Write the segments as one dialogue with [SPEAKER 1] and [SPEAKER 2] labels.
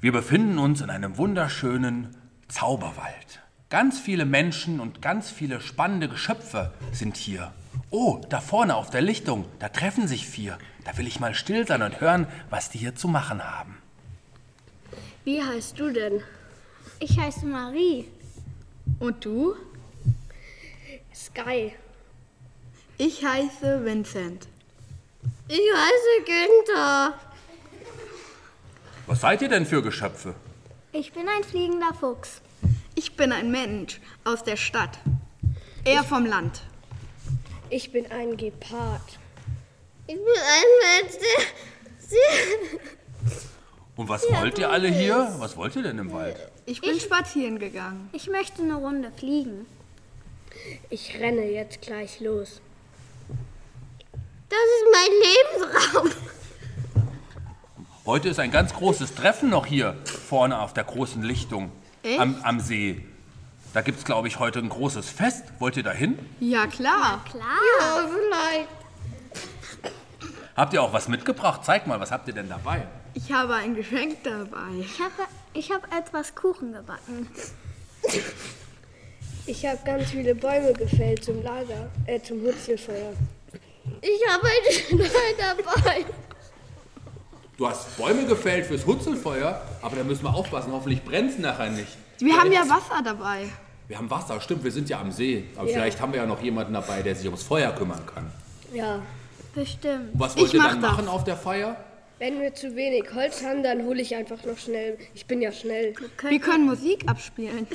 [SPEAKER 1] Wir befinden uns in einem wunderschönen Zauberwald. Ganz viele Menschen und ganz viele spannende Geschöpfe sind hier. Oh, da vorne auf der Lichtung, da treffen sich vier. Da will ich mal still sein und hören, was die hier zu machen haben.
[SPEAKER 2] Wie heißt du denn?
[SPEAKER 3] Ich heiße Marie.
[SPEAKER 2] Und du?
[SPEAKER 3] Sky.
[SPEAKER 4] Ich heiße Vincent.
[SPEAKER 5] Ich heiße Günther.
[SPEAKER 1] Was seid ihr denn für Geschöpfe?
[SPEAKER 3] Ich bin ein fliegender Fuchs.
[SPEAKER 4] Ich bin ein Mensch aus der Stadt. Er vom Land.
[SPEAKER 2] Ich bin ein Gepard.
[SPEAKER 5] Ich bin ein Mensch, der. Sie
[SPEAKER 1] Und was wollt ihr alle hier? Was wollt ihr denn im Wald?
[SPEAKER 4] Ich bin spazieren gegangen.
[SPEAKER 3] Ich möchte eine Runde fliegen.
[SPEAKER 2] Ich renne jetzt gleich los.
[SPEAKER 5] das ist mein Lebensraum.
[SPEAKER 1] Heute ist ein ganz großes Treffen noch hier vorne auf der großen Lichtung
[SPEAKER 4] Echt?
[SPEAKER 1] am, am See. Da gibt es, glaube ich, heute ein großes Fest. Wollt ihr da hin?
[SPEAKER 4] Ja, klar.
[SPEAKER 3] Klar.
[SPEAKER 5] Oh, vielleicht.
[SPEAKER 1] Habt ihr auch was mitgebracht? Zeig mal, was habt ihr denn dabei?
[SPEAKER 4] Ich habe ein Geschenk dabei.
[SPEAKER 3] Ich habe ich hab etwas Kuchen gebacken.
[SPEAKER 2] Ich habe ganz viele Bäume gefällt zum Lager, äh, zum Hutzelfeuer.
[SPEAKER 5] Ich habe einen Schnall dabei.
[SPEAKER 1] Du hast Bäume gefällt fürs Hutzelfeuer, aber da müssen wir aufpassen. Hoffentlich brennt es nachher nicht.
[SPEAKER 4] Wir haben ja Wasser dabei.
[SPEAKER 1] Wir haben Wasser, stimmt, wir sind ja am See. Aber
[SPEAKER 2] Ja.
[SPEAKER 1] vielleicht haben wir ja noch jemanden dabei, der sich ums Feuer kümmern kann.
[SPEAKER 2] Ja.
[SPEAKER 3] Bestimmt.
[SPEAKER 1] Was
[SPEAKER 4] Ich
[SPEAKER 1] wollt ihr
[SPEAKER 4] mach
[SPEAKER 1] dann
[SPEAKER 4] das.
[SPEAKER 1] machen auf der Feier?
[SPEAKER 2] Wenn wir zu wenig Holz haben, dann hole ich einfach noch schnell. Ich bin ja schnell.
[SPEAKER 4] Wir können Musik abspielen.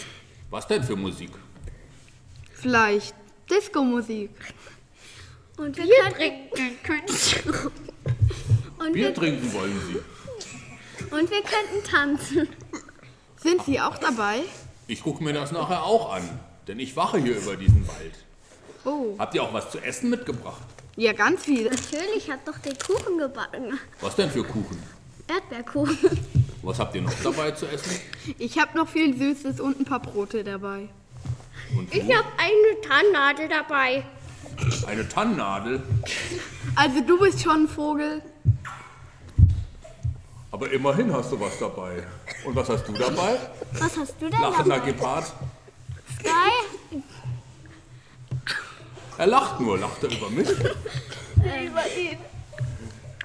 [SPEAKER 1] Was denn für Musik?
[SPEAKER 4] Vielleicht Disco-Musik.
[SPEAKER 3] Und wir,
[SPEAKER 5] Wir
[SPEAKER 3] können,
[SPEAKER 5] trinken Kunststoff.
[SPEAKER 3] und,
[SPEAKER 1] Bier
[SPEAKER 3] wir,
[SPEAKER 1] trinken wollen sie.
[SPEAKER 3] und wir könnten tanzen.
[SPEAKER 4] Sind Sie auch dabei?
[SPEAKER 1] Ich gucke mir das nachher auch an, denn ich wache hier über diesen Wald.
[SPEAKER 4] Oh,
[SPEAKER 1] Habt ihr auch was zu essen mitgebracht?
[SPEAKER 4] ja, ganz viel.
[SPEAKER 3] Natürlich hat doch den Kuchen gebacken.
[SPEAKER 1] Was denn für Kuchen?
[SPEAKER 3] Erdbeerkuchen.
[SPEAKER 1] Was habt ihr noch dabei zu essen?
[SPEAKER 4] Ich habe noch viel Süßes und ein paar Brote dabei.
[SPEAKER 1] Und
[SPEAKER 5] Ich habe eine Tannnadel dabei.
[SPEAKER 1] du? eine Tannennadel,
[SPEAKER 4] Also du bist schon ein Vogel.
[SPEAKER 1] aber immerhin hast du was dabei. Und was hast du dabei?
[SPEAKER 3] Was hast du denn
[SPEAKER 1] Lachender
[SPEAKER 3] dabei?
[SPEAKER 1] Gepard.
[SPEAKER 3] Sky?
[SPEAKER 1] Er lacht nur, lacht er über mich?
[SPEAKER 5] Über ihn.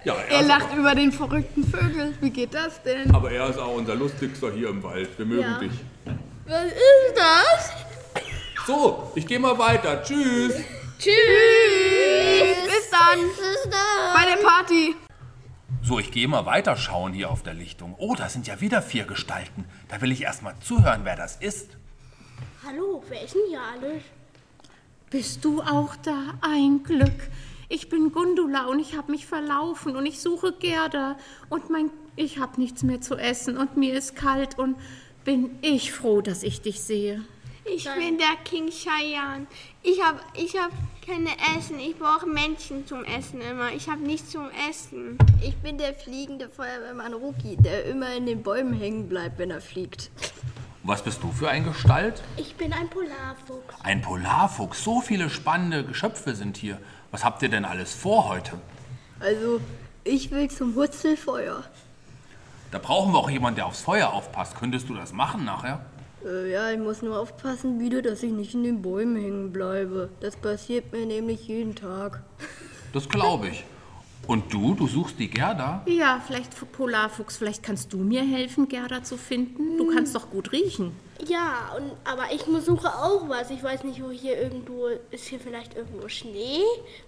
[SPEAKER 1] Ja,
[SPEAKER 4] Er
[SPEAKER 1] ist
[SPEAKER 4] lacht über den verrückten Vögel. Wie geht das denn?
[SPEAKER 1] Aber er ist auch unser lustigster hier im Wald. Wir mögen
[SPEAKER 3] Ja.
[SPEAKER 1] dich.
[SPEAKER 5] Was ist das?
[SPEAKER 1] So, ich gehe mal weiter. Tschüss.
[SPEAKER 5] Tschüss.
[SPEAKER 4] Bis dann
[SPEAKER 5] Was ist das?
[SPEAKER 4] bei der Party.
[SPEAKER 1] So, ich gehe mal weiter schauen hier auf der Lichtung. Oh, da sind ja wieder vier Gestalten. Da will ich erst mal zuhören, wer das ist.
[SPEAKER 5] Hallo, wer ist denn hier alles?
[SPEAKER 6] Bist du auch da? Ein Glück. Ich bin Gundula und ich habe mich verlaufen und ich suche Gerda und mein ich habe nichts mehr zu essen und mir ist kalt und bin ich froh, dass ich dich sehe.
[SPEAKER 7] Ich bin der King Cheyenne. Ich habe ich hab keine Essen. Ich brauche Menschen zum Essen immer. Ich habe nichts zum Essen.
[SPEAKER 8] Ich bin der fliegende Feuerwehrmann Ruki, der immer in den Bäumen hängen bleibt, wenn er fliegt.
[SPEAKER 1] Was bist du für ein Gestalt?
[SPEAKER 5] Ich bin ein Polarfuchs.
[SPEAKER 1] Ein Polarfuchs. So viele spannende Geschöpfe sind hier. Was habt ihr denn alles vor heute?
[SPEAKER 8] Also, ich will zum Wurzelfeuer.
[SPEAKER 1] Da brauchen wir auch jemanden, der aufs Feuer aufpasst. Könntest du das machen nachher?
[SPEAKER 8] Äh, ja, ich muss nur aufpassen wieder, dass ich nicht in den Bäumen hängen bleibe. Das passiert mir nämlich jeden Tag.
[SPEAKER 1] Das glaube ich. Und du, du suchst die Gerda?
[SPEAKER 6] Ja, vielleicht F- Polarfuchs, vielleicht kannst du mir helfen, Gerda zu finden. Du kannst doch gut riechen.
[SPEAKER 5] Ja, und, aber ich suche auch was. Ich weiß nicht, wo hier irgendwo ist. Hier vielleicht irgendwo Schnee.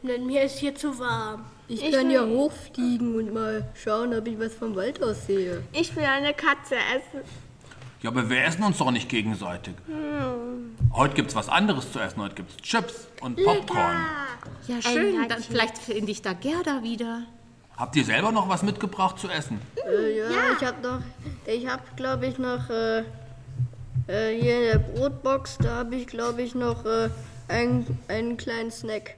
[SPEAKER 5] Und dann mir ist hier zu warm.
[SPEAKER 8] Ich, kann ja hochfliegen und mal schauen, ob ich was vom Wald aus sehe.
[SPEAKER 7] Ich will eine Katze essen.
[SPEAKER 1] Ja, aber wir essen uns doch nicht gegenseitig. Heute gibt's was anderes zu essen. Heute gibt's Chips und Popcorn.
[SPEAKER 6] Ja, schön. Dann vielleicht finde ich da Gerda wieder.
[SPEAKER 1] Habt ihr selber noch was mitgebracht zu essen?
[SPEAKER 8] Äh, ja, ich hab noch, ich hab glaube ich noch, äh, äh, hier in der Brotbox, da habe ich glaube ich noch äh, einen, einen kleinen Snack.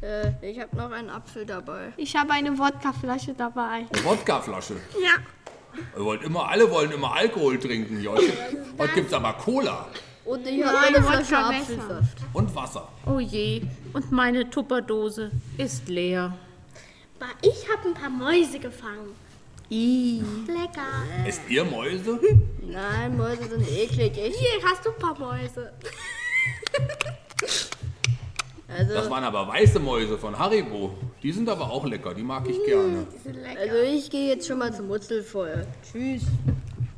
[SPEAKER 8] Äh, ich habe noch einen Apfel dabei.
[SPEAKER 7] Ich habe eine Wodkaflasche dabei.
[SPEAKER 1] Eine Wodkaflasche.
[SPEAKER 7] Ja.
[SPEAKER 1] Ihr wollt immer, alle wollen immer Alkohol trinken. hier. Heute, heute gibt's aber Cola
[SPEAKER 8] Und ich habe
[SPEAKER 7] Nein,
[SPEAKER 8] eine
[SPEAKER 7] Wodka
[SPEAKER 8] Flasche
[SPEAKER 7] besser.
[SPEAKER 8] Apfelsaft.
[SPEAKER 1] und Wasser.
[SPEAKER 6] Oh je, und meine Tupperdose ist leer.
[SPEAKER 5] Aber ich habe ein paar Mäuse gefangen.
[SPEAKER 9] Lecker.
[SPEAKER 1] Esst ihr Mäuse?
[SPEAKER 2] Nein, Mäuse sind eklig. Ich,
[SPEAKER 9] Hier hast du ein paar Mäuse.
[SPEAKER 1] Das
[SPEAKER 2] also,
[SPEAKER 1] waren aber weiße Mäuse von Haribo. Die sind aber auch lecker, die mag ich gerne.
[SPEAKER 2] also ich gehe jetzt schon mal zum Mutzelfeuer. Tschüss.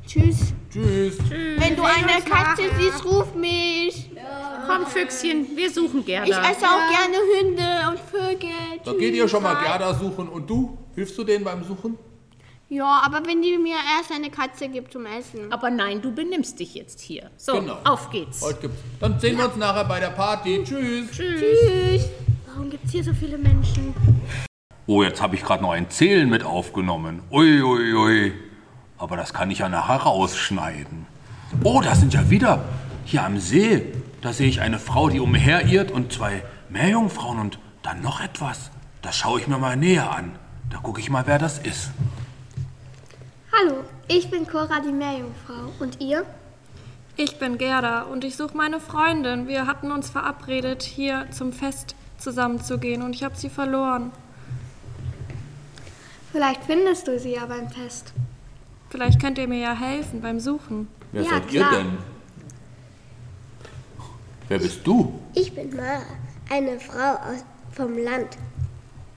[SPEAKER 9] Tschüss.
[SPEAKER 1] Tschüss.
[SPEAKER 9] Wenn du eine Katze siehst, ruf mich.
[SPEAKER 6] Komm, Füchschen, wir suchen
[SPEAKER 9] Ich
[SPEAKER 6] Gerda.
[SPEAKER 9] esse auch gerne Hunde und Vögel.
[SPEAKER 1] Da geht ihr schon mal Gerda suchen und du? Hilfst du denen beim Suchen?
[SPEAKER 9] Ja, aber wenn die mir erst eine Katze gibt zum Essen.
[SPEAKER 6] Aber nein, du benimmst dich jetzt hier. So,
[SPEAKER 1] Genau.
[SPEAKER 6] auf geht's.
[SPEAKER 1] Heute gibt's. Dann sehen wir uns nachher bei der Party. Tschüss.
[SPEAKER 9] Tschüss. Warum gibt es hier so viele Menschen?
[SPEAKER 1] Oh, jetzt habe ich gerade noch ein Zählen mit aufgenommen. Uiuiui. Aber das kann ich ja nachher rausschneiden. Oh, da sind ja wieder. Hier am See. Da sehe ich eine Frau, die umherirrt und zwei Meerjungfrauen und dann noch etwas. Das schaue ich mir mal näher an. Da gucke ich mal, wer das ist.
[SPEAKER 9] Hallo, ich bin Cora die Meerjungfrau. Und ihr?
[SPEAKER 10] Ich bin Gerda und ich suche meine Freundin. Wir hatten uns verabredet, hier zum Fest zusammenzugehen und ich habe sie verloren.
[SPEAKER 9] Vielleicht findest du sie ja beim Fest.
[SPEAKER 10] Vielleicht könnt ihr mir ja helfen beim Suchen.
[SPEAKER 1] Wer
[SPEAKER 9] Ja, seid ihr klar. denn?
[SPEAKER 1] Wer bist du?
[SPEAKER 4] Ich bin Mara, eine Frau aus, vom Land.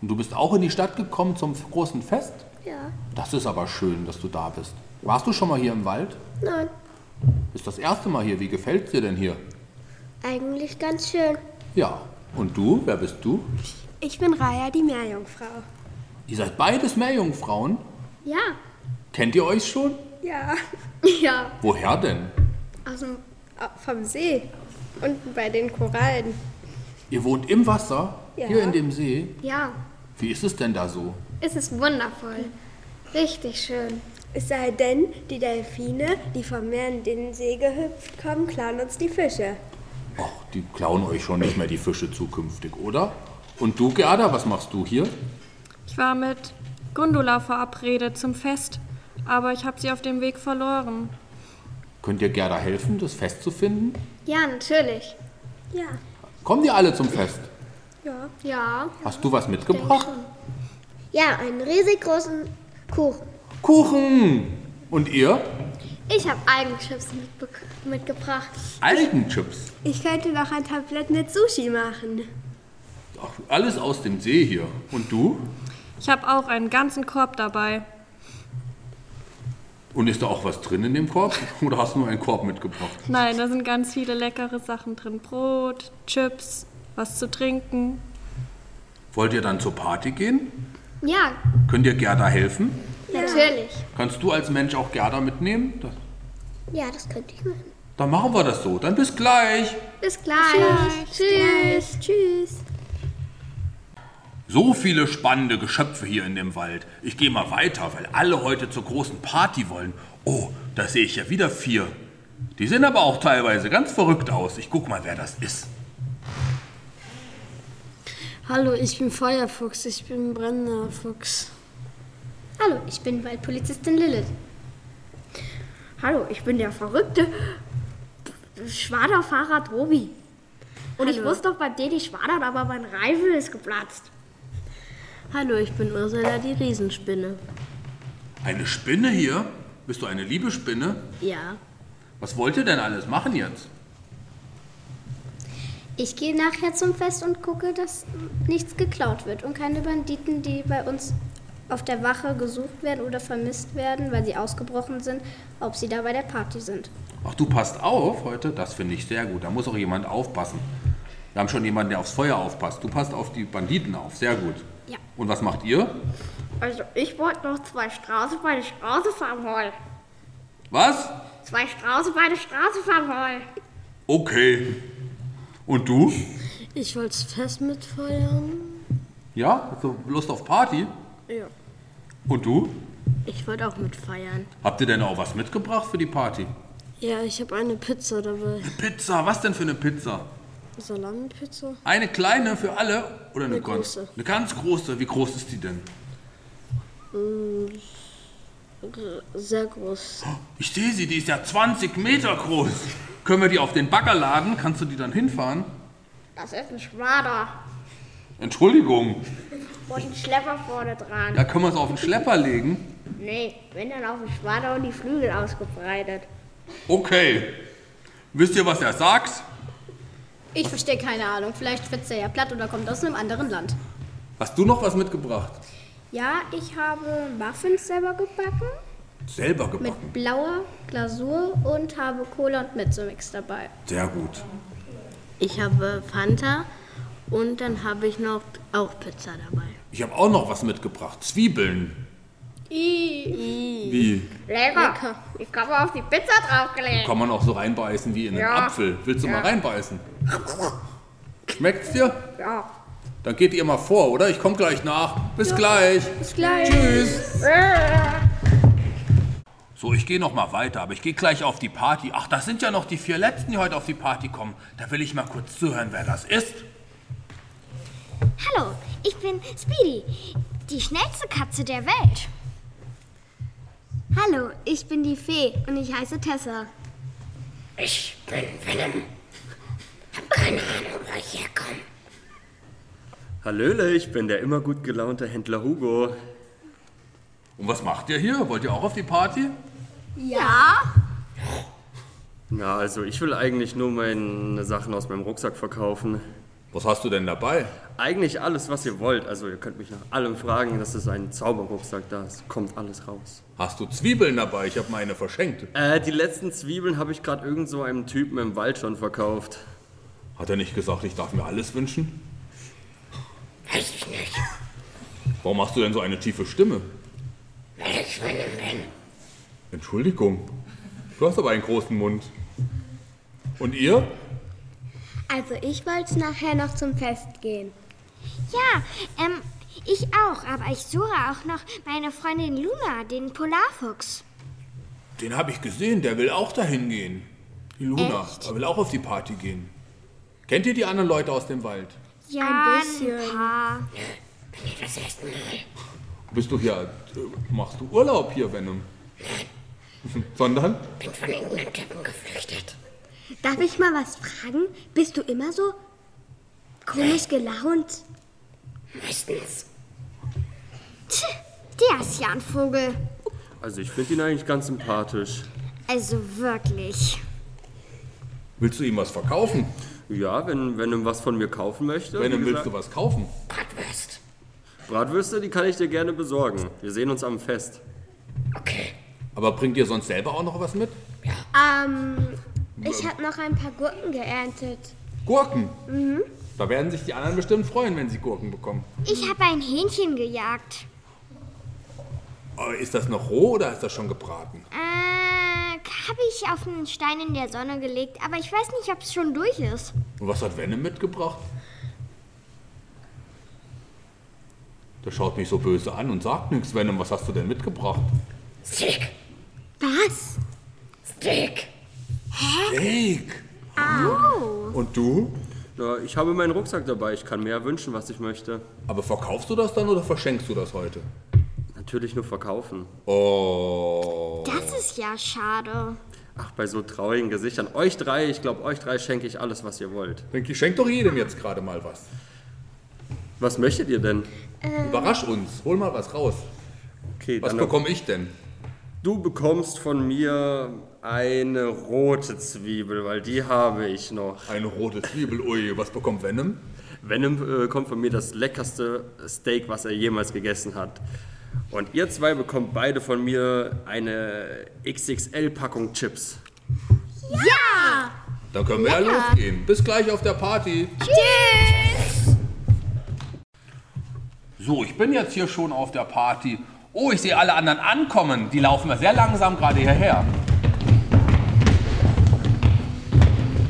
[SPEAKER 1] Und du bist auch in die Stadt gekommen zum großen Fest?
[SPEAKER 4] Ja.
[SPEAKER 1] Das ist aber schön, dass du da bist. Warst du schon mal hier im Wald?
[SPEAKER 4] Nein,
[SPEAKER 1] Ist das erste Mal hier. Wie gefällt dir denn hier?
[SPEAKER 4] eigentlich ganz schön.
[SPEAKER 1] Ja. Und du? Wer bist du?
[SPEAKER 9] Ich bin Raya die Meerjungfrau.
[SPEAKER 1] Ihr seid beides Meerjungfrauen?
[SPEAKER 9] Ja.
[SPEAKER 1] Kennt ihr euch schon?
[SPEAKER 11] Ja.
[SPEAKER 1] Woher denn?
[SPEAKER 11] Aus
[SPEAKER 9] also,
[SPEAKER 11] dem, Ah, vom See. Unten bei den Korallen.
[SPEAKER 1] Ihr wohnt im Wasser?
[SPEAKER 11] Ja.
[SPEAKER 1] Hier in dem See?
[SPEAKER 4] Ja,
[SPEAKER 1] Wie ist es denn da so?
[SPEAKER 4] es ist wundervoll. Richtig schön.
[SPEAKER 11] Es sei denn, die Delfine, die vom Meer in den See gehüpft kommen, klauen uns die Fische.
[SPEAKER 1] Ach, die klauen euch schon nicht mehr die Fische zukünftig, oder? Und du, Gerda, was machst du hier?
[SPEAKER 10] Ich war mit Gundula verabredet zum Fest, aber ich habe sie auf dem Weg verloren.
[SPEAKER 1] Könnt ihr Gerda helfen, das Fest zu finden?
[SPEAKER 4] Ja, natürlich.
[SPEAKER 1] Kommen ihr alle zum Fest?
[SPEAKER 9] Ja.
[SPEAKER 1] Hast du was mitgebracht?
[SPEAKER 4] Ja, einen riesig großen Kuchen.
[SPEAKER 1] Kuchen! Und ihr?
[SPEAKER 9] Ich habe Eigenchips mitgebracht.
[SPEAKER 1] Algenchips.
[SPEAKER 11] Ich könnte noch ein Tablett mit Sushi machen.
[SPEAKER 1] Ach, alles aus dem See hier. Und du?
[SPEAKER 10] Ich habe auch einen ganzen Korb dabei.
[SPEAKER 1] Und ist da auch was drin in dem Korb? Oder hast du nur einen Korb mitgebracht?
[SPEAKER 10] Nein, da sind ganz viele leckere Sachen drin. Brot, Chips, was zu trinken.
[SPEAKER 1] Wollt ihr dann zur Party gehen?
[SPEAKER 9] Ja,
[SPEAKER 1] Könnt ihr Gerda helfen?
[SPEAKER 9] natürlich.
[SPEAKER 1] Kannst du als Mensch auch Gerda mitnehmen? Das,
[SPEAKER 4] Ja, das könnte ich machen.
[SPEAKER 1] dann machen wir das so. Dann bis gleich.
[SPEAKER 9] Bis gleich. Tschüss. Tschüss.
[SPEAKER 1] So viele spannende Geschöpfe hier in dem Wald. Ich gehe mal weiter, weil alle heute zur großen Party wollen. Oh, da sehe ich ja wieder vier. Die sehen aber auch teilweise ganz verrückt aus. Ich guck mal, wer das ist.
[SPEAKER 2] Hallo, ich bin Feuerfuchs. Ich bin brennender Fuchs.
[SPEAKER 4] Hallo, ich bin Waldpolizistin Lilith.
[SPEAKER 2] Hallo, ich bin der verrückte Schwaderfahrer Tobi.
[SPEAKER 4] Und ich wusste doch beim Dedi Schwadern, aber mein Reifen ist geplatzt.
[SPEAKER 2] Hallo, ich bin Ursula die Riesenspinne.
[SPEAKER 1] Eine Spinne hier? Bist du eine liebe Spinne?
[SPEAKER 2] Ja.
[SPEAKER 1] Was wollt ihr denn alles machen jetzt?
[SPEAKER 4] Ich gehe nachher zum Fest und gucke, dass nichts geklaut wird und keine Banditen, die bei uns auf der Wache gesucht werden oder vermisst werden, weil sie ausgebrochen sind, ob sie da bei der Party sind.
[SPEAKER 1] Ach, du passt auf heute? Das finde ich sehr gut. Da muss auch jemand aufpassen. Wir haben schon jemanden, der aufs Feuer aufpasst. Du passt auf die Banditen auf. Sehr gut. Ja. Und was macht ihr?
[SPEAKER 4] Also ich wollte noch zwei Strauße bei der Strauße fahren wollen.
[SPEAKER 1] Was?
[SPEAKER 4] Zwei Strauße bei der Straße fahren wollen.
[SPEAKER 1] Okay. Und du?
[SPEAKER 2] Ich wollte das Fest mitfeiern.
[SPEAKER 1] Ja? Hast du Lust auf Party?
[SPEAKER 2] Ja.
[SPEAKER 1] Und du?
[SPEAKER 2] Ich wollte auch mitfeiern.
[SPEAKER 1] Habt ihr denn auch was mitgebracht für die Party?
[SPEAKER 2] Ja, ich habe eine Pizza dabei.
[SPEAKER 1] Pizza. Was denn für eine Pizza?
[SPEAKER 2] Salami-Pizza?
[SPEAKER 1] Eine kleine für alle oder eine,
[SPEAKER 2] Eine
[SPEAKER 1] ganz,
[SPEAKER 2] große.
[SPEAKER 1] Eine ganz große. Wie groß ist die denn?
[SPEAKER 2] Sehr groß.
[SPEAKER 1] Ich sehe sie, die ist ja 20 Meter groß. Können wir die auf den Bagger laden? Kannst du die dann hinfahren?
[SPEAKER 4] Das ist ein Schwader
[SPEAKER 1] Entschuldigung,
[SPEAKER 4] und ein Schlepper vorne dran.
[SPEAKER 1] da können wir es auf den Schlepper legen.
[SPEAKER 12] Nee, wenn dann auf dem Schwadau die Flügel ausgebreitet.
[SPEAKER 1] Okay. Wisst ihr, was er sagt?
[SPEAKER 3] Ich verstehe keine Ahnung. Vielleicht schwitzt er ja platt oder kommt aus einem anderen Land.
[SPEAKER 1] Hast du noch was mitgebracht?
[SPEAKER 3] Ja, ich habe Muffins selber gebacken.
[SPEAKER 1] Selber gebacken.
[SPEAKER 3] Mit blauer Glasur und habe Cola und Mezzomix dabei.
[SPEAKER 1] Sehr gut.
[SPEAKER 13] Ich habe Fanta und dann habe ich noch auch Pizza dabei.
[SPEAKER 1] Ich habe auch noch was mitgebracht. Zwiebeln.
[SPEAKER 12] Ih.
[SPEAKER 1] Wie?
[SPEAKER 12] Lecker. Ich habe auf die Pizza draufgelegt.
[SPEAKER 1] Kann man auch so reinbeißen wie in einen
[SPEAKER 12] Ja.
[SPEAKER 1] Apfel. Willst du
[SPEAKER 12] Ja.
[SPEAKER 1] mal reinbeißen? Schmeckt's dir?
[SPEAKER 12] Ja.
[SPEAKER 1] Dann geht ihr mal vor, oder? Ich komme gleich nach. Bis gleich.
[SPEAKER 12] Bis gleich.
[SPEAKER 1] Tschüss.
[SPEAKER 12] Äh.
[SPEAKER 1] So, ich gehe noch mal weiter, aber ich gehe gleich auf die Party. Ach, das sind ja noch die vier Letzten, die heute auf die Party kommen. Da will ich mal kurz zuhören, wer das ist.
[SPEAKER 9] Hallo, ich bin Speedy, die schnellste Katze der Welt.
[SPEAKER 7] Hallo, ich bin die Fee und ich heiße Tessa.
[SPEAKER 9] Ich bin Willem. Hab keine Ahnung, wo ich herkomme.
[SPEAKER 14] Hallöle, ich bin der immer gut gelaunte Händler Hugo.
[SPEAKER 1] Und was macht ihr hier? Wollt ihr auch auf die Party?
[SPEAKER 9] Ja?
[SPEAKER 14] Na, also ich will eigentlich nur meine Sachen aus meinem Rucksack verkaufen.
[SPEAKER 1] Was hast du denn dabei?
[SPEAKER 14] Eigentlich alles, was ihr wollt. Also ihr könnt mich nach allem fragen. Das ist ein Zauberrucksack, da es kommt alles raus.
[SPEAKER 1] Hast du Zwiebeln dabei? Ich habe meine verschenkt.
[SPEAKER 14] Äh, die letzten Zwiebeln habe ich gerade irgend so einem Typen im Wald schon verkauft.
[SPEAKER 1] Hat er nicht gesagt, ich darf mir alles wünschen?
[SPEAKER 9] Weiß ich nicht,
[SPEAKER 1] Warum hast du denn so eine tiefe Stimme?
[SPEAKER 9] weil ich Willem bin.
[SPEAKER 1] Entschuldigung. Du hast aber einen großen Mund. Und ihr?
[SPEAKER 7] Also ich wollte nachher noch zum Fest gehen.
[SPEAKER 9] Ja, ähm, ich auch, aber ich suche auch noch meine Freundin Luna, den Polarfuchs.
[SPEAKER 1] Den habe ich gesehen, der will auch dahin gehen. Die Luna, er will auch auf die Party gehen. Kennt ihr die anderen Leute aus dem Wald?
[SPEAKER 9] Ja,
[SPEAKER 7] Ein bisschen.
[SPEAKER 9] paar.
[SPEAKER 1] Bin ich das erste Mal. Bist du hier, äh, machst du Urlaub hier, Venom? Sondern?
[SPEAKER 9] Bin von irgendeinem Typen geflüchtet.
[SPEAKER 7] Darf ich mal was fragen? Bist du immer so komisch gelaunt?
[SPEAKER 9] Meistens. Tch, der ist ja ein Vogel.
[SPEAKER 14] Also ich finde ihn eigentlich ganz sympathisch.
[SPEAKER 9] Also wirklich.
[SPEAKER 1] Willst du ihm was verkaufen?
[SPEAKER 14] Ja, wenn wenn er was von mir kaufen möchte.
[SPEAKER 1] Wenn
[SPEAKER 14] wie
[SPEAKER 1] ihm willst
[SPEAKER 14] gesagt.
[SPEAKER 1] du was kaufen?
[SPEAKER 9] Bratwurst.
[SPEAKER 14] Bratwürste, die kann ich dir gerne besorgen. Wir sehen uns am Fest.
[SPEAKER 9] Okay.
[SPEAKER 1] Aber bringt ihr sonst selber auch noch was mit?
[SPEAKER 7] Ähm, ich habe noch ein paar Gurken geerntet.
[SPEAKER 1] Gurken.
[SPEAKER 7] Mhm.
[SPEAKER 1] Da werden sich die anderen bestimmt freuen, wenn sie Gurken bekommen.
[SPEAKER 9] Ich habe ein Hähnchen gejagt.
[SPEAKER 1] Aber ist das noch roh oder ist das schon gebraten?
[SPEAKER 9] Äh, habe ich auf einen Stein in der Sonne gelegt, aber ich weiß nicht, ob es schon durch ist.
[SPEAKER 1] Und was hat Venom mitgebracht? Der schaut mich so böse an und sagt nichts. Venom, was hast du denn mitgebracht?
[SPEAKER 9] Steak.
[SPEAKER 7] Was?
[SPEAKER 9] Steak.
[SPEAKER 1] Steak.
[SPEAKER 9] Oh.
[SPEAKER 1] Und du?
[SPEAKER 14] Na, ich habe meinen Rucksack dabei. Ich kann mir ja wünschen, was ich möchte.
[SPEAKER 1] Aber verkaufst du das dann oder verschenkst du das heute?
[SPEAKER 14] Natürlich nur verkaufen.
[SPEAKER 1] Oh.
[SPEAKER 9] Das ist ja schade.
[SPEAKER 14] Ach, bei so traurigen Gesichtern. Euch drei, ich glaube, euch drei schenke ich alles, was ihr wollt.
[SPEAKER 1] Denke ich, schenk doch jedem jetzt gerade mal was.
[SPEAKER 14] Was möchtet ihr denn?
[SPEAKER 1] Überrasch uns. Hol mal was raus.
[SPEAKER 14] Okay,
[SPEAKER 1] Was
[SPEAKER 14] dann-
[SPEAKER 1] bekomme ich denn?
[SPEAKER 14] Du bekommst von mir eine rote Zwiebel, weil die habe ich noch.
[SPEAKER 1] Eine rote Zwiebel, ui, was bekommt Venom?
[SPEAKER 14] Venom äh, kommt von mir das leckerste Steak, was er jemals gegessen hat. Und ihr zwei bekommt beide von mir eine XXL-Packung Chips.
[SPEAKER 9] Ja!
[SPEAKER 1] Dann können wir ja
[SPEAKER 9] Lecker.
[SPEAKER 1] losgehen. Bis gleich auf der Party.
[SPEAKER 9] Tschüss!
[SPEAKER 1] So, ich bin jetzt hier schon auf der Party. Oh, ich sehe alle anderen ankommen. Die laufen ja sehr langsam gerade hierher.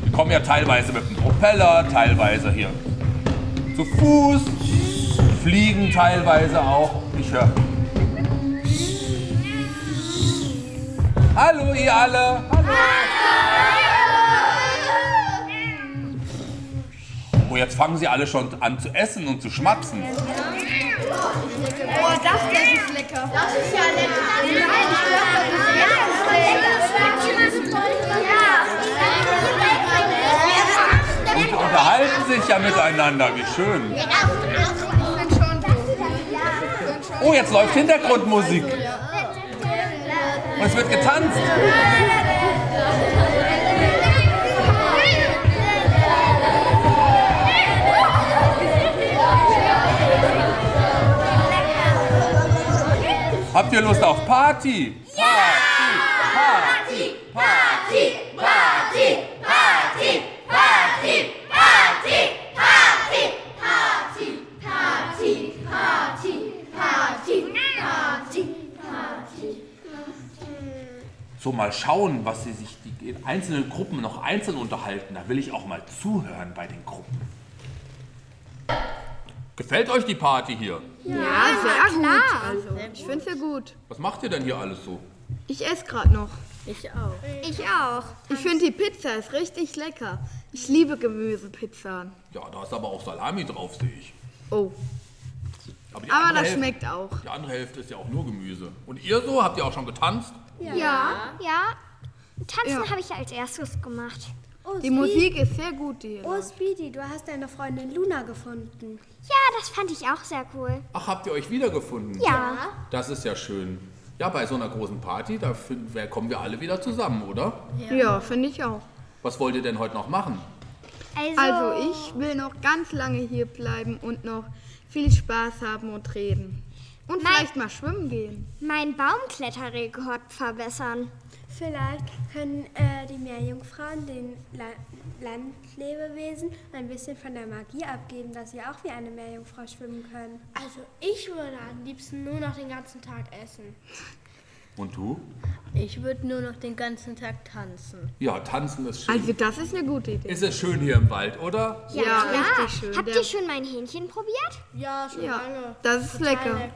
[SPEAKER 1] Die kommen ja teilweise mit dem Propeller, teilweise hier zu Fuß, fliegen teilweise auch. Ich höre. Hallo ihr alle. Oh, jetzt fangen sie alle schon an zu essen und zu schmatzen.
[SPEAKER 4] Oh, das ist lecker. Das ist ja
[SPEAKER 1] Und die unterhalten sich ja miteinander, wie schön. Oh, jetzt läuft Hintergrundmusik.
[SPEAKER 9] Ja.
[SPEAKER 1] Und es wird getanzt. Habt ihr Lust auf Party?
[SPEAKER 15] Party, Party, Party, Party, Party, Party, Party, Party, Party, Party, Party, Party, Party.
[SPEAKER 1] So mal schauen, was sie sich die einzelnen Gruppen noch einzeln unterhalten. Da will ich auch mal zuhören bei den Gruppen. Gefällt euch die Party hier?
[SPEAKER 4] Ja,
[SPEAKER 13] na
[SPEAKER 4] sehr gut.
[SPEAKER 13] klar.
[SPEAKER 4] Also, ich finde sie gut.
[SPEAKER 1] Was macht ihr denn hier alles so?
[SPEAKER 4] Ich esse gerade noch.
[SPEAKER 13] Ich auch.
[SPEAKER 4] Ich auch. Ich finde die Pizza ist richtig lecker. Ich liebe Gemüsepizza.
[SPEAKER 1] Ja, da ist aber auch Salami drauf, sehe ich.
[SPEAKER 4] Oh,
[SPEAKER 1] Aber, die
[SPEAKER 4] aber
[SPEAKER 1] andere
[SPEAKER 4] das
[SPEAKER 1] Hälfte-
[SPEAKER 4] schmeckt auch.
[SPEAKER 1] Die andere Hälfte ist ja auch nur Gemüse. Und ihr so? Habt ihr auch schon getanzt?
[SPEAKER 9] Ja. Ja. Tanzen habe ich ja als erstes gemacht.
[SPEAKER 4] Die Musik ist sehr gut hier.
[SPEAKER 2] Oh, Speedy, du hast deine Freundin Luna gefunden.
[SPEAKER 9] Ja, das fand ich auch sehr cool.
[SPEAKER 1] Ach, habt ihr euch wiedergefunden?
[SPEAKER 9] Ja.
[SPEAKER 1] Das ist ja schön. Ja, bei so einer großen Party, da finden wir- kommen wir alle wieder zusammen, oder?
[SPEAKER 4] Ja, finde ich auch.
[SPEAKER 1] Was wollt ihr denn heute noch machen?
[SPEAKER 9] Also,
[SPEAKER 4] ich will noch ganz lange hier bleiben und noch viel Spaß haben und reden. Und vielleicht mal schwimmen gehen.
[SPEAKER 9] Mein Baumkletterrekord verbessern.
[SPEAKER 2] Vielleicht können äh, die Meerjungfrauen den La Landlebewesen ein bisschen von der Magie abgeben, dass sie auch wie eine Meerjungfrau schwimmen können.
[SPEAKER 5] Also ich würde am liebsten nur noch den ganzen Tag essen.
[SPEAKER 1] Und du?
[SPEAKER 13] Ich würde nur noch den ganzen Tag tanzen.
[SPEAKER 1] Ja, tanzen ist schön.
[SPEAKER 4] Also das ist eine gute Idee.
[SPEAKER 1] ist es schön hier im Wald, oder?
[SPEAKER 4] Ja, richtig schön.
[SPEAKER 9] Habt
[SPEAKER 4] Der-
[SPEAKER 9] ihr schon mein Hähnchen probiert?
[SPEAKER 5] Ja,
[SPEAKER 4] schon Ja, lange. das ist Total lecker.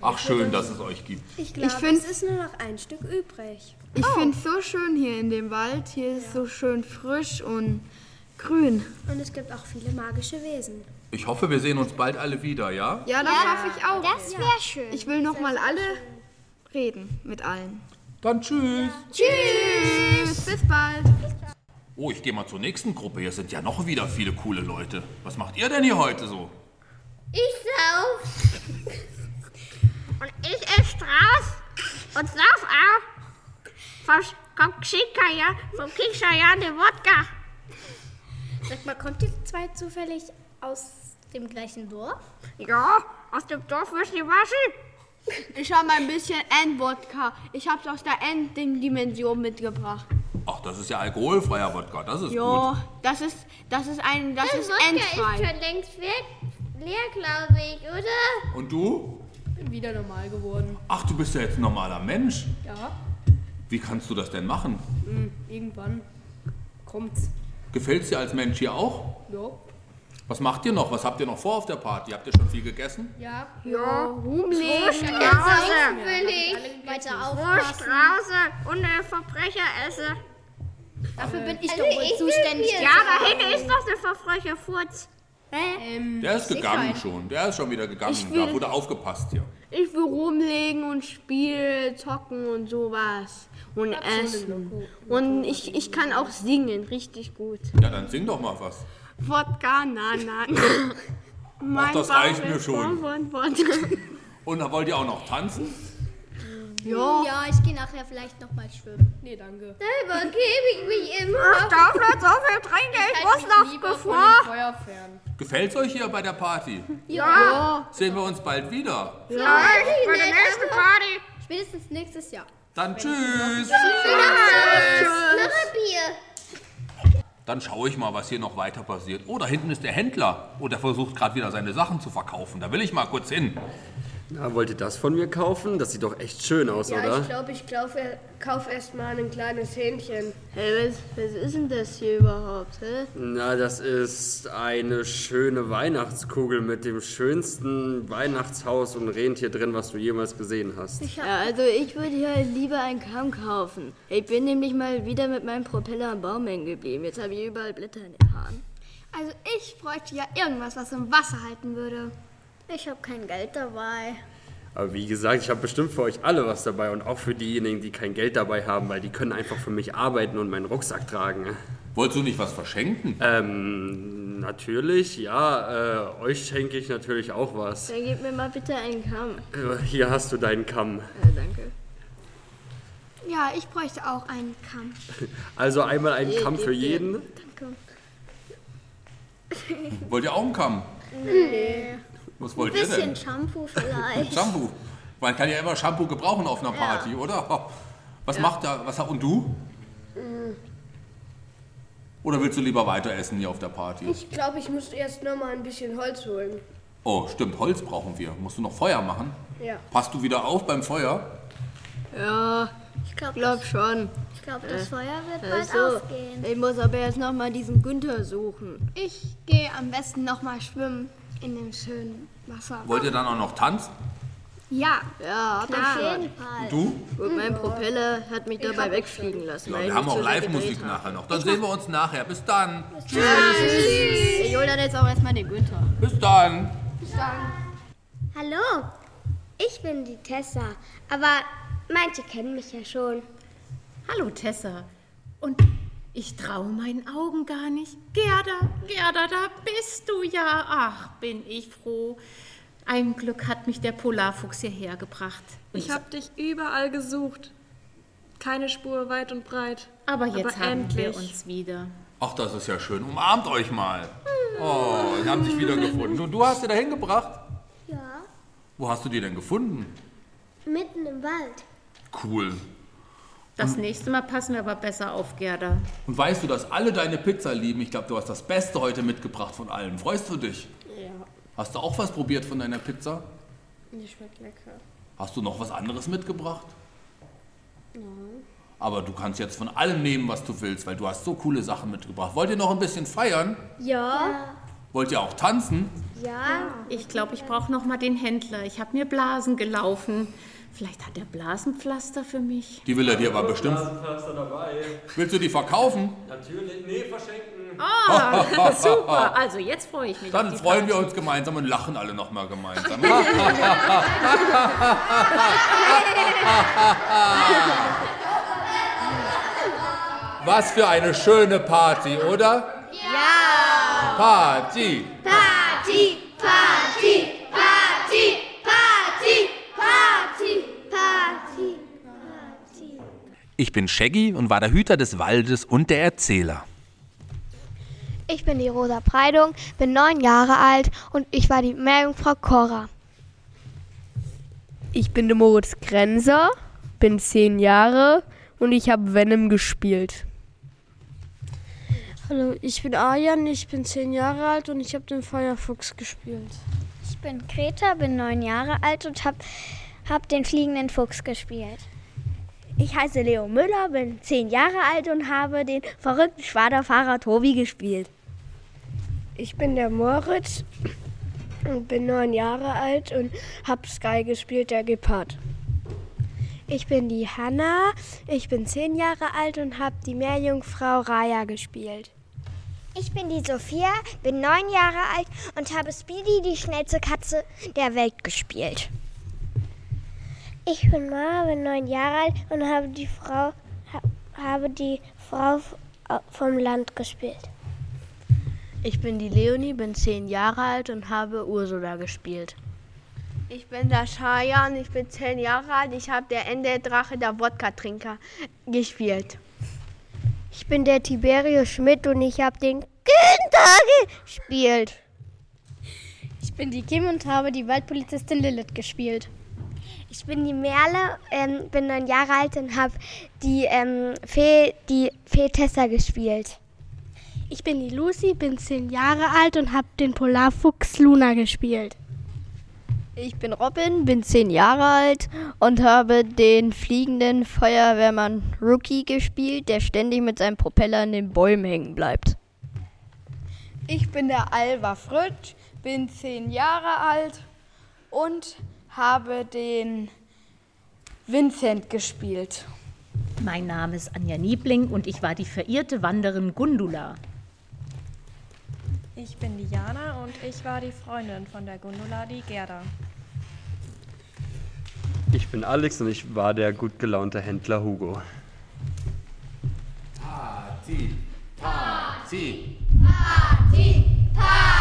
[SPEAKER 1] Ach, schön, dass es euch gibt.
[SPEAKER 2] Ich
[SPEAKER 4] glaube,
[SPEAKER 2] glaube,
[SPEAKER 4] Ich find's-
[SPEAKER 2] es
[SPEAKER 4] es
[SPEAKER 2] ist nur noch ein Stück übrig.
[SPEAKER 4] Ich finde es so schön hier in dem Wald. Hier ist so schön frisch und grün.
[SPEAKER 2] Und es gibt auch viele magische Wesen.
[SPEAKER 1] Ich hoffe, wir sehen uns bald alle wieder, ja?
[SPEAKER 4] Ja, das
[SPEAKER 2] Ja,
[SPEAKER 4] hoffe ich auch.
[SPEAKER 2] das wär
[SPEAKER 4] Ja.
[SPEAKER 2] schön.
[SPEAKER 4] Ich will noch mal alle reden mit allen.
[SPEAKER 1] Dann tschüss.
[SPEAKER 4] Tschüss. Bis bald.
[SPEAKER 1] Oh, ich gehe mal zur nächsten Gruppe. Hier sind ja noch wieder viele coole Leute. Was macht ihr denn hier heute so?
[SPEAKER 7] Ich sauf. und ich esse draus und sauf auch. Vom Sch- vom Kschikaya, vom Kschikaya den Wodka.
[SPEAKER 12] Sag mal, kommt ihr zwei zufällig aus dem gleichen Dorf?
[SPEAKER 7] Ja, aus dem Dorf wirst du waschen.
[SPEAKER 4] Ich habe ein bisschen N-Wodka. Ich habe es aus der N-Dimension mitgebracht.
[SPEAKER 1] Ach, das ist ja alkoholfreier Wodka. Das ist
[SPEAKER 4] Jo,
[SPEAKER 1] gut.
[SPEAKER 4] das ist, das ist ein, das
[SPEAKER 7] Der
[SPEAKER 4] ist
[SPEAKER 7] Wodka ist
[SPEAKER 4] endfrei.
[SPEAKER 7] schon längst weg, leer, glaube ich, oder?
[SPEAKER 1] Und du?
[SPEAKER 16] Bin wieder normal geworden.
[SPEAKER 1] Ach, du bist ja jetzt ein normaler Mensch.
[SPEAKER 16] Ja.
[SPEAKER 1] Wie kannst du das denn machen?
[SPEAKER 16] Hm, irgendwann kommt's.
[SPEAKER 1] Gefällt's dir als Mensch hier auch?
[SPEAKER 16] Ja.
[SPEAKER 1] Was macht ihr noch? Was habt ihr noch vor auf der Party? Habt ihr schon viel gegessen?
[SPEAKER 16] Ja.
[SPEAKER 7] Ja,
[SPEAKER 16] Humlegen.
[SPEAKER 7] Strauße will
[SPEAKER 12] Ja,
[SPEAKER 7] ich.
[SPEAKER 12] Weiter
[SPEAKER 7] Wurst,
[SPEAKER 12] aufpassen.
[SPEAKER 7] Strauße und eine Verbrecheresse.
[SPEAKER 12] Dafür bin ich
[SPEAKER 7] Also
[SPEAKER 12] doch wohl
[SPEAKER 7] ich will
[SPEAKER 12] zuständig.
[SPEAKER 7] Bier. Ja, da hinten ist doch der Verbrecherfurz.
[SPEAKER 4] Ähm,
[SPEAKER 1] Der ist gegangen schon. Der ist schon wieder gegangen.
[SPEAKER 4] Ich will-
[SPEAKER 1] Da wurde aufgepasst hier.
[SPEAKER 4] Ich will rumlegen und Spiel zocken und sowas. Und essen. Und ich, ich kann auch singen, richtig gut.
[SPEAKER 1] Ja, dann sing doch mal was.
[SPEAKER 4] Wodka, na, na.
[SPEAKER 1] Ach, das reicht mir schon.
[SPEAKER 4] Wodka.
[SPEAKER 1] Und da wollt ihr auch noch tanzen?
[SPEAKER 12] Ja. ja, ich gehe nachher vielleicht nochmal schwimmen.
[SPEAKER 16] Nee, danke.
[SPEAKER 7] Da übergebe ich mich immer.
[SPEAKER 12] Ach,
[SPEAKER 7] darf nicht so viel trinken, ich, muss noch bevor.
[SPEAKER 16] Feuer fern.
[SPEAKER 1] Gefällt's euch hier bei der Party?
[SPEAKER 7] Ja.
[SPEAKER 1] Sehen wir uns bald wieder.
[SPEAKER 7] Vielleicht bei der nächsten Party.
[SPEAKER 12] Spätestens nächstes Jahr.
[SPEAKER 1] Dann tschüss.
[SPEAKER 7] Tschüss. Bier.
[SPEAKER 1] Dann schaue ich mal, was hier noch weiter passiert. Oh, da hinten ist der Händler. Oh, der versucht gerade wieder seine Sachen zu verkaufen. Da will ich mal kurz hin.
[SPEAKER 14] Na, wollt ihr das von mir kaufen? Das sieht doch echt schön aus,
[SPEAKER 17] Ja, ich
[SPEAKER 14] oder?
[SPEAKER 17] glaube, ich kauf, kauf erstmal ein kleines Hähnchen.
[SPEAKER 13] Hey, was, was ist denn das hier überhaupt? Hä?
[SPEAKER 14] Na, das ist eine schöne Weihnachtskugel mit dem schönsten Weihnachtshaus und Rentier drin, was du jemals gesehen hast.
[SPEAKER 13] Ja, also ich würde hier lieber einen Kamm kaufen. Ich bin nämlich mal wieder mit meinem Propeller am Baum hängen geblieben. Jetzt habe ich überall Blätter in den Haaren.
[SPEAKER 12] Also ich bräuchte ja irgendwas, was im Wasser halten würde. Ich habe kein Geld dabei.
[SPEAKER 14] Aber wie gesagt, ich habe bestimmt für euch alle was dabei und auch für diejenigen, die kein Geld dabei haben, weil die können einfach für mich arbeiten und meinen Rucksack tragen.
[SPEAKER 1] Wolltest du nicht was verschenken?
[SPEAKER 14] Äh. Ähm, natürlich, ja. Äh, euch schenke ich natürlich auch was.
[SPEAKER 13] Dann gib mir mal bitte einen Kamm.
[SPEAKER 14] Äh, Hier hast du deinen Kamm.
[SPEAKER 13] Ja, danke.
[SPEAKER 12] Ja, ich bräuchte auch einen Kamm.
[SPEAKER 14] Also einmal einen
[SPEAKER 12] Nee,
[SPEAKER 14] Kamm
[SPEAKER 12] gib
[SPEAKER 14] für
[SPEAKER 12] dir.
[SPEAKER 14] jeden.
[SPEAKER 12] Danke.
[SPEAKER 1] Wollt ihr auch einen Kamm?
[SPEAKER 12] Nee.
[SPEAKER 1] Was wollt ihr
[SPEAKER 12] Ein
[SPEAKER 1] denn?
[SPEAKER 12] bisschen Shampoo vielleicht.
[SPEAKER 1] Shampoo. Man kann ja immer Shampoo gebrauchen auf einer
[SPEAKER 12] Ja.
[SPEAKER 1] Party, oder? Was macht da? Was und du?
[SPEAKER 12] Mm.
[SPEAKER 1] Oder willst du lieber weiter essen hier auf der Party?
[SPEAKER 17] Ich glaube, ich muss erst noch mal ein bisschen Holz holen.
[SPEAKER 1] Oh, stimmt, Holz brauchen wir. Musst du noch Feuer machen?
[SPEAKER 17] Ja.
[SPEAKER 1] Passt du wieder auf beim Feuer?
[SPEAKER 13] Ja, ich
[SPEAKER 3] glaub,
[SPEAKER 13] glaube glaub schon.
[SPEAKER 3] Ich glaube,
[SPEAKER 13] das
[SPEAKER 3] Feuer wird
[SPEAKER 13] Äh,
[SPEAKER 3] bald
[SPEAKER 4] Also,
[SPEAKER 13] so,
[SPEAKER 3] ausgehen.
[SPEAKER 13] Ich muss aber jetzt nochmal diesen Günther suchen.
[SPEAKER 12] Ich gehe am besten nochmal schwimmen in dem schönen Wasser.
[SPEAKER 1] Wollt ihr dann auch noch tanzen?
[SPEAKER 12] Ja.
[SPEAKER 13] Ja, hab ich
[SPEAKER 12] Klar. Auf
[SPEAKER 13] schon.
[SPEAKER 12] jeden
[SPEAKER 1] Und du?
[SPEAKER 13] Und mein Propeller hat mich
[SPEAKER 12] Ich
[SPEAKER 13] dabei
[SPEAKER 12] hab
[SPEAKER 13] wegfliegen lassen.
[SPEAKER 1] Ja,
[SPEAKER 13] weil
[SPEAKER 1] wir
[SPEAKER 13] ich
[SPEAKER 1] haben
[SPEAKER 13] mich
[SPEAKER 1] auch
[SPEAKER 13] zu sehr gedreht
[SPEAKER 1] Live-Musik
[SPEAKER 13] hab.
[SPEAKER 1] nachher noch. Dann sehen wir uns nachher. Bis dann.
[SPEAKER 13] Tschüss. Ich hol dann jetzt auch erstmal den Günther.
[SPEAKER 1] Bis dann.
[SPEAKER 9] Hallo, ich bin die Tessa, aber manche kennen mich ja schon.
[SPEAKER 6] Hallo Tessa. Und ich traue meinen Augen gar nicht. Gerda, Gerda, da bist du ja. Ach, bin ich froh. Ein Glück hat mich der Polarfuchs hierher gebracht.
[SPEAKER 10] Ich habe dich überall gesucht. Keine Spur weit und breit.
[SPEAKER 6] Aber jetzt haben wir
[SPEAKER 10] endlich.
[SPEAKER 6] uns wieder.
[SPEAKER 1] Ach, das ist ja schön. Umarmt euch mal. Oh, die haben sich wieder gefunden. Und du hast sie dahin gebracht?
[SPEAKER 9] Ja,
[SPEAKER 1] Wo hast du die denn gefunden?
[SPEAKER 9] mitten im Wald.
[SPEAKER 1] Cool.
[SPEAKER 6] Das nächste Mal passen wir aber besser auf, Gerda.
[SPEAKER 1] Und weißt du, dass alle deine Pizza lieben? Ich glaube, du hast das Beste heute mitgebracht von allem. Freust du dich?
[SPEAKER 16] Ja,
[SPEAKER 1] Hast du auch was probiert von deiner Pizza?
[SPEAKER 16] die schmeckt lecker.
[SPEAKER 1] Hast du noch was anderes mitgebracht?
[SPEAKER 16] Nein.
[SPEAKER 1] Aber du kannst jetzt von allem nehmen, was du willst, weil du hast so coole Sachen mitgebracht. Wollt ihr noch ein bisschen feiern?
[SPEAKER 9] Ja.
[SPEAKER 1] Wollt ihr auch tanzen?
[SPEAKER 9] Ja.
[SPEAKER 6] Ich glaube, ich brauche noch mal den Händler. Ich habe mir Blasen gelaufen. Vielleicht hat er Blasenpflaster für mich.
[SPEAKER 1] Die will er dir aber bestimmt.
[SPEAKER 14] Blasenpflaster dabei.
[SPEAKER 1] Willst du die verkaufen?
[SPEAKER 14] Natürlich. Nee, verschenken.
[SPEAKER 6] Ah, super. Also jetzt freue ich mich.
[SPEAKER 1] Dann
[SPEAKER 6] auf die
[SPEAKER 1] freuen wir uns gemeinsam und lachen alle nochmal gemeinsam. Was für eine schöne Party, oder?
[SPEAKER 15] Ja.
[SPEAKER 1] Party!
[SPEAKER 15] Party, Party, Party, Party, Party, Party.
[SPEAKER 1] Ich bin Shaggy und war der Hüter des Waldes und der Erzähler.
[SPEAKER 9] Ich bin die Rosa Preidung, bin neun Jahre alt und ich war die Meerjungfrau Cora.
[SPEAKER 18] Ich bin der Moritz Grenzer, bin zehn Jahre und ich habe Venom gespielt.
[SPEAKER 19] Hallo, ich bin Arjan, ich bin zehn Jahre alt und ich habe den Feuerfuchs gespielt.
[SPEAKER 9] Ich bin Greta, bin neun Jahre alt und habe hab den fliegenden Fuchs gespielt. Ich heiße Leo Müller, bin zehn Jahre alt und habe den verrückten Schwaderfahrer Tobi gespielt.
[SPEAKER 19] Ich bin der Moritz und bin neun Jahre alt und habe Sky gespielt, der Gepard.
[SPEAKER 12] Ich bin die Hanna, ich bin zehn Jahre alt und habe die Meerjungfrau Raya gespielt.
[SPEAKER 9] Ich bin die Sophia, bin neun Jahre alt und habe Speedy, die schnellste Katze der Welt, gespielt. Ich bin Mara, bin neun Jahre alt und habe die Frau, habe die Frau vom Land gespielt.
[SPEAKER 13] Ich bin die Leonie, bin zehn Jahre alt und habe Ursula gespielt.
[SPEAKER 20] Ich bin der Shayan, ich bin zehn Jahre alt. Ich habe der Ende Drache, der Wodka-Trinker, gespielt.
[SPEAKER 12] Ich bin der Tiberius Schmidt und ich habe den Günther gespielt. Ich bin die Kim und habe die Waldpolizistin Lilith gespielt.
[SPEAKER 9] Ich bin die Merle, ähm, bin neun Jahre alt und habe die ähm, Fee, die Fee Tessa gespielt.
[SPEAKER 12] Ich bin die Lucy, bin zehn Jahre alt und habe den Polarfuchs Luna gespielt.
[SPEAKER 13] Ich bin Robin, bin zehn Jahre alt und habe den fliegenden Feuerwehrmann Rookie gespielt, der ständig mit seinem Propeller in den Bäumen hängen bleibt.
[SPEAKER 19] Ich bin der Alva Fritsch, bin zehn Jahre alt und habe den Vincent gespielt.
[SPEAKER 21] Mein Name ist Anja Niebling und ich war die verirrte Wanderin Gundula.
[SPEAKER 10] Ich bin die Jana und ich war die Freundin von der Gundula, die Gerda.
[SPEAKER 14] Ich bin Alex und ich war der gut gelaunte Händler Hugo.
[SPEAKER 1] Party, Party,
[SPEAKER 15] Party, Party.